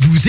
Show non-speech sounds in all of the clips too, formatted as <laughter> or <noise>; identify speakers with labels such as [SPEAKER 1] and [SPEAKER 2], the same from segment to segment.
[SPEAKER 1] Vous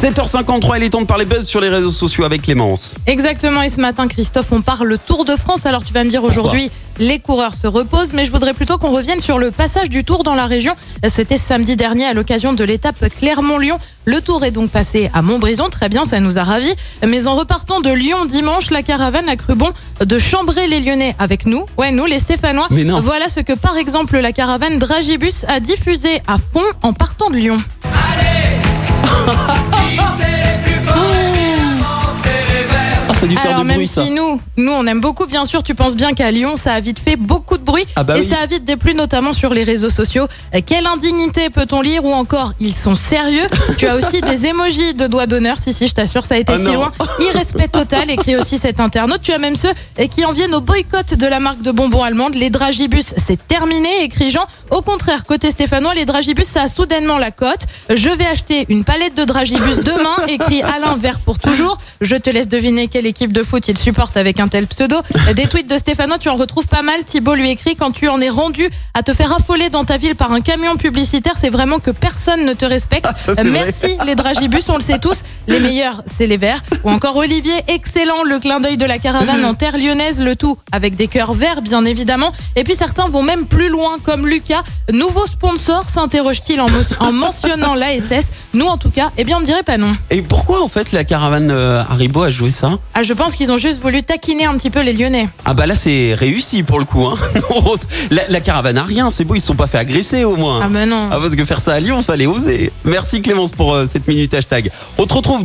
[SPEAKER 2] 7h53, il est temps de parler buzz sur les réseaux sociaux avec Clémence.
[SPEAKER 3] Exactement, et ce matin, Christophe, on parle Tour de France. Alors, tu vas me dire aujourd'hui, les coureurs se reposent, mais je voudrais plutôt qu'on revienne sur le passage du Tour dans la région. C'était samedi dernier à l'occasion de l'étape Clermont-Lyon. Le Tour est donc passé à Montbrison, très bien, ça nous a ravis. Mais en repartant de Lyon dimanche, la caravane a cru bon de chambrer les Lyonnais avec nous. Ouais, nous, les Stéphanois.
[SPEAKER 2] Mais non.
[SPEAKER 3] Voilà ce que, par exemple, la caravane Dragibus a diffusé à fond en partant de Lyon.
[SPEAKER 2] Ah, ça a dû faire
[SPEAKER 3] Alors
[SPEAKER 2] du
[SPEAKER 3] même
[SPEAKER 2] bruit ça.
[SPEAKER 3] si nous, nous on aime beaucoup bien sûr, tu penses bien qu'à Lyon ça a vite fait beaucoup de bruit
[SPEAKER 2] Ah bah
[SPEAKER 3] et
[SPEAKER 2] oui.
[SPEAKER 3] ça a vite déplu notamment sur les réseaux sociaux. Euh, Quelle indignité peut-on lire ou encore ils sont sérieux Tu as aussi des <laughs> émojis de doigts d'honneur, si si je t'assure ça a été
[SPEAKER 2] Ah
[SPEAKER 3] si
[SPEAKER 2] non.
[SPEAKER 3] loin. Irrespect total écrit aussi cet internaute. Tu as même ceux euh, qui en viennent au boycott de la marque de bonbons allemande, les Dragibus c'est terminé écrit Jean. Au contraire côté stéphanois les Dragibus ça a soudainement la cote. Je vais acheter une palette de Dragibus demain écrit Alain Vert pour toujours. Je te laisse deviner quelle équipe de foot il supporte avec un tel pseudo. Des tweets de Stéphano, tu en retrouves pas mal. Thibaut lui écrit quand tu en es rendu à te faire affoler dans ta ville par un camion publicitaire, c'est vraiment que personne ne te respecte.
[SPEAKER 2] Ah, ça, c'est vrai.
[SPEAKER 3] Merci les dragibus, on le sait tous. Les meilleurs, c'est les verts. Ou encore Olivier, excellent le clin d'œil de la caravane en terre lyonnaise, le tout avec des cœurs verts, bien évidemment. Et puis certains vont même plus loin, comme Lucas, nouveau sponsor, s'interroge-t-il en, mo- en mentionnant l'ASS. Nous, en tout cas, eh bien, on ne dirait pas non.
[SPEAKER 2] Et pourquoi en fait la caravane euh, Haribo a joué ça
[SPEAKER 3] Ah, je pense qu'ils ont juste voulu taquiner un petit peu les Lyonnais.
[SPEAKER 2] Ah bah là c'est réussi pour le coup. Hein. <laughs> Non, Rose, la, la caravane a rien, c'est beau, ils se sont pas fait agresser au moins.
[SPEAKER 3] Ah, mais non.
[SPEAKER 2] Ah, parce que faire ça à Lyon, fallait oser. Merci Clémence pour euh, cette minute hashtag. On te retrouve